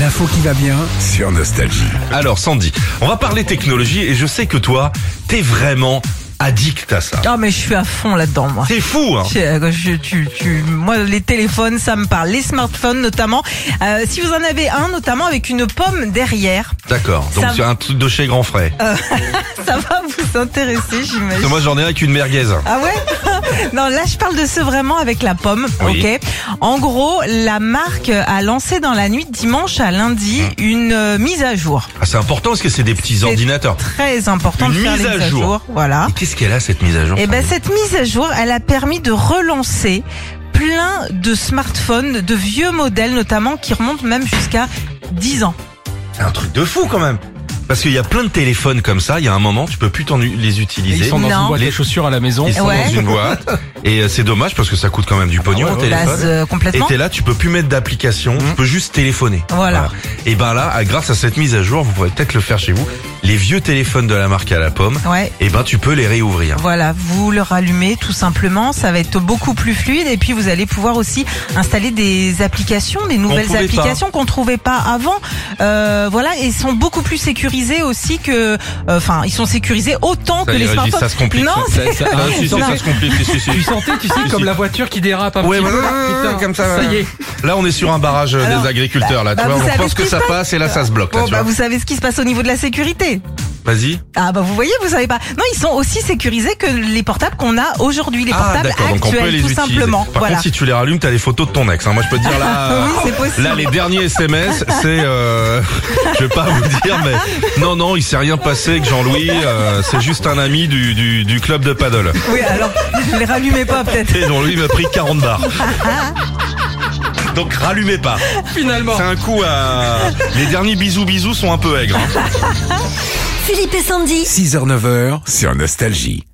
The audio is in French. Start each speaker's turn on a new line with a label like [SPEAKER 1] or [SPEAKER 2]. [SPEAKER 1] L'info qui va bien
[SPEAKER 2] sur Nostalgie.
[SPEAKER 3] Alors Sandy, on va parler technologie et je sais que toi, t'es vraiment addict à ça.
[SPEAKER 4] Oh mais je suis à fond là-dedans moi.
[SPEAKER 3] C'est fou, hein
[SPEAKER 4] Je- je- tu- tu- moi les téléphones ça me parle, les smartphones notamment. Euh, si vous en avez un notamment avec une pomme derrière,
[SPEAKER 3] D'accord, donc
[SPEAKER 4] Ça-
[SPEAKER 3] c'est un truc de chez Grand Frais.
[SPEAKER 1] Euh,
[SPEAKER 4] ça va vous intéresser j'imagine.
[SPEAKER 3] Parce que moi j'en ai un avec une merguez.
[SPEAKER 4] Ah ouais Non, là je parle de ce vraiment avec la pomme,
[SPEAKER 3] Oui.
[SPEAKER 4] ok En gros, la marque a lancé dans la nuit de dimanche à lundi
[SPEAKER 3] Hum.
[SPEAKER 4] une euh, mise à jour.
[SPEAKER 3] Ah, c'est important parce que c'est des petits ordinateurs.
[SPEAKER 4] Très important
[SPEAKER 3] Une
[SPEAKER 4] de faire
[SPEAKER 3] mise
[SPEAKER 4] les
[SPEAKER 3] à
[SPEAKER 4] mises à
[SPEAKER 3] jour.
[SPEAKER 4] jour. Voilà.
[SPEAKER 3] Et qu'est-ce qu'elle a cette mise à jour
[SPEAKER 1] Eh
[SPEAKER 4] Et ben
[SPEAKER 3] Sandy
[SPEAKER 4] cette mise à jour, elle a permis de relancer plein de smartphones, de vieux modèles notamment, qui remontent même jusqu'à 10 ans.
[SPEAKER 3] C'est un truc de fou quand même. Parce qu'il y a plein de téléphones comme ça, il y a un moment, tu peux plus t'en u- les utiliser.
[SPEAKER 1] Ils sont dans
[SPEAKER 4] Non.
[SPEAKER 1] une boîte de chaussures à la maison.
[SPEAKER 3] Ils sont
[SPEAKER 4] Ouais.
[SPEAKER 3] dans une boîte. Et euh, c'est dommage parce que ça coûte quand même du pognon
[SPEAKER 1] Ah ouais,
[SPEAKER 3] un
[SPEAKER 1] ouais.
[SPEAKER 3] téléphone.
[SPEAKER 4] Base, euh,
[SPEAKER 3] Et
[SPEAKER 4] complètement.
[SPEAKER 3] t'es là, tu peux plus mettre d'application, tu peux juste téléphoner.
[SPEAKER 4] Voilà.
[SPEAKER 3] Et ben là, à- grâce à cette mise à jour, vous pourrez peut-être le faire chez vous. Les vieux téléphones de la marque à la pomme,
[SPEAKER 4] Ouais.
[SPEAKER 3] et ben tu peux les réouvrir.
[SPEAKER 4] Voilà, vous le rallumez tout simplement, ça va être beaucoup plus fluide et puis vous allez pouvoir aussi installer des applications, des nouvelles
[SPEAKER 3] pouvait pas.
[SPEAKER 4] applications qu'on trouvait pas avant. Euh, voilà, et ils sont beaucoup plus sécurisés aussi que, euh, enfin, ils sont sécurisés autant
[SPEAKER 3] Ça,
[SPEAKER 4] que
[SPEAKER 3] y
[SPEAKER 4] les
[SPEAKER 3] est, Régis,
[SPEAKER 4] smartphones.
[SPEAKER 3] ça se complique.
[SPEAKER 4] non,
[SPEAKER 3] ça.
[SPEAKER 4] c'est-
[SPEAKER 3] Ah, si, si,
[SPEAKER 4] Non,
[SPEAKER 3] ça
[SPEAKER 4] mais-
[SPEAKER 3] se complique, si, si, si.
[SPEAKER 1] Tu sentais, tu sais, comme la voiture qui dérape un
[SPEAKER 3] Ouais,
[SPEAKER 1] petit
[SPEAKER 3] bah,
[SPEAKER 1] peu.
[SPEAKER 3] ah,
[SPEAKER 1] Putain,
[SPEAKER 3] comme ça,
[SPEAKER 1] Ça
[SPEAKER 3] ouais.
[SPEAKER 1] y est.
[SPEAKER 3] Là, on est sur un barrage euh,
[SPEAKER 4] Alors,
[SPEAKER 3] des agriculteurs. Là,
[SPEAKER 4] bah,
[SPEAKER 3] tu vois,
[SPEAKER 4] vous
[SPEAKER 3] on
[SPEAKER 4] savez
[SPEAKER 3] pense
[SPEAKER 4] ce
[SPEAKER 3] que
[SPEAKER 4] qui
[SPEAKER 3] ça
[SPEAKER 4] se passe.
[SPEAKER 3] passe et là, ça se bloque. là,
[SPEAKER 4] Bon,
[SPEAKER 3] tu
[SPEAKER 4] bah,
[SPEAKER 3] vois.
[SPEAKER 4] vous savez ce qui se passe au niveau de la sécurité.
[SPEAKER 3] Vas-y.
[SPEAKER 4] Ah bah vous voyez, vous savez pas. Non, ils sont aussi sécurisés que les portables qu'on a aujourd'hui, les
[SPEAKER 3] Ah,
[SPEAKER 4] portables
[SPEAKER 3] d'accord.
[SPEAKER 4] actuels,
[SPEAKER 3] Donc on peut les
[SPEAKER 4] tout
[SPEAKER 3] utiliser.
[SPEAKER 4] simplement.
[SPEAKER 3] Par
[SPEAKER 4] voilà.
[SPEAKER 3] contre, si tu les rallumes, t'as les photos de ton ex. hein. Moi, je peux te dire là. euh,
[SPEAKER 4] Oui, c'est possible.
[SPEAKER 3] Là, les derniers SMS, c'est, euh, je vais pas vous dire, mais non, non, il s'est rien passé avec Jean-Louis. euh, c'est juste un ami du, du, du club de paddle.
[SPEAKER 4] Oui, alors les rallumez pas peut-être.
[SPEAKER 3] Et Jean-Louis m'a pris 40 bars. Donc rallumez pas.
[SPEAKER 1] Finalement.
[SPEAKER 3] C'est un coup à. Les derniers bisous bisous sont un peu aigres. hein.
[SPEAKER 5] Philippe et Sandy.
[SPEAKER 1] 6h, 9h
[SPEAKER 2] Sur Nostalgie.